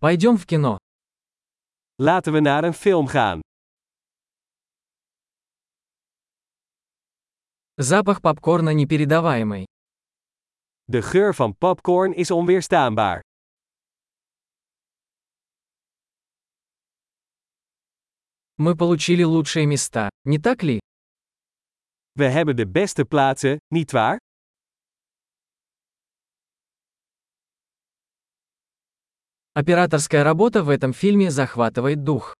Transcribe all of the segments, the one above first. Пойдем в кино. Laten we naar een film gaan. Запах попкорна непередаваемый. De geur van popcorn is onweerstaanbaar. Мы получили лучшие места, не так ли? We hebben de beste plaatsen, niet waar? Операторская работа в этом фильме захватывает дух.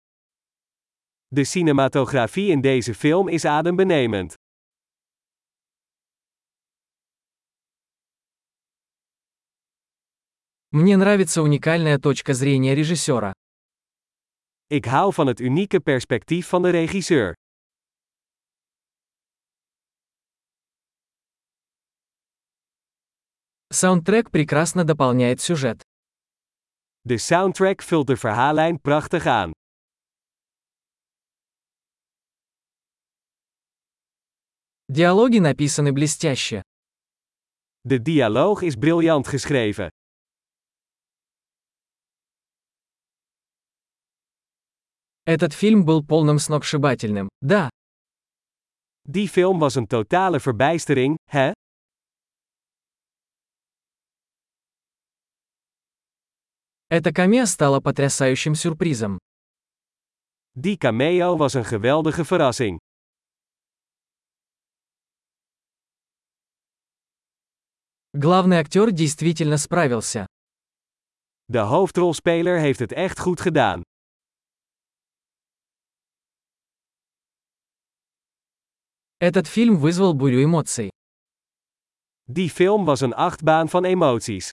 De cinematografie in deze film is adembenemend. Мне нравится уникальная точка зрения режиссера. Ik hou van het unieke perspectief van de regisseur. Саундтрек прекрасно дополняет сюжет. De soundtrack vult de verhaallijn prachtig aan. Диалоги написаны блестяще. De dialoog is briljant geschreven. Этот фильм был полным сногсшибательным. Да, Die film was een totale verbijstering, hè? эта камея стала потрясающим сюрпризом. Die cameo was een geweldige verrassing. Главный актер действительно справился. De hoofdrolspeler heeft het echt goed gedaan. Этот фильм вызвал бурю эмоций. Die film was een achtbaan van emoties.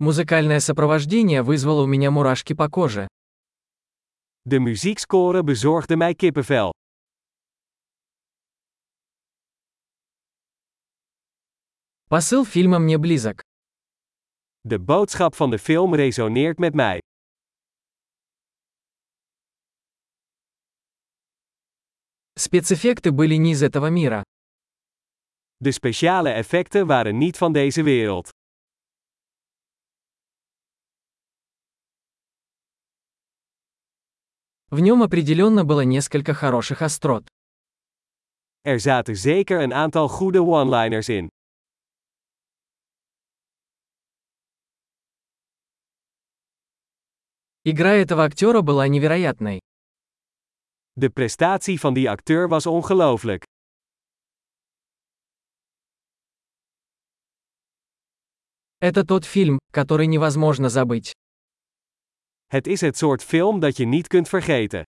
Музыкальное сопровождение вызвало у меня мурашки по коже. De muziekscore bezorgde mij kippenvel. Посыл фильма мне близок. De boodschap van de film resoneert met mij. Спецэффекты были не из этого мира. De speciale effecten waren niet van deze wereld. В нем определенно было несколько хороших острот. Er zaten zeker een aantal goede one-liners in. Игра этого актера была невероятной. De prestatie van die acteur was ongelooflijk. Это тот фильм, который невозможно забыть. Het is het soort film dat je niet kunt vergeten.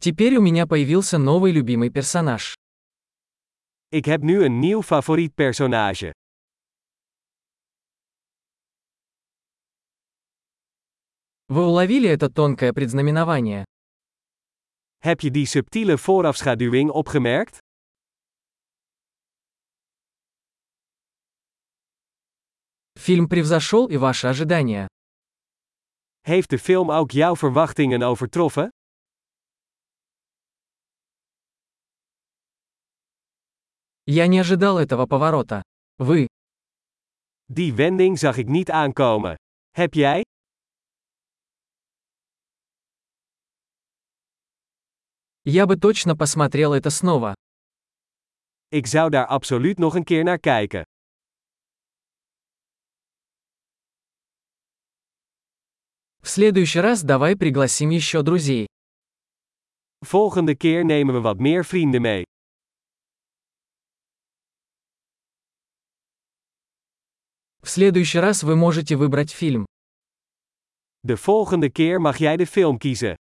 Теперь у меня появился новый любимый персонаж. Ik heb nu een nieuw favoriet personage. Вы уловили это тонкое предзнаменование? Heb je die subtiele voorafschaduwing opgemerkt? Фильм превзошел и ваши ожидания. Heeft de film ook jouw verwachtingen overtroffen? Я не ожидал этого поворота. Вы. Die wending zag ik niet aankomen. Heb jij? Я бы точно посмотрел это снова. Ik zou daar absoluut nog een keer naar kijken. В следующий раз давай пригласим еще друзей. Volgende keer nemen we wat meer vrienden mee. В следующий раз вы можете выбрать фильм. De volgende keer mag jij de film kiezen.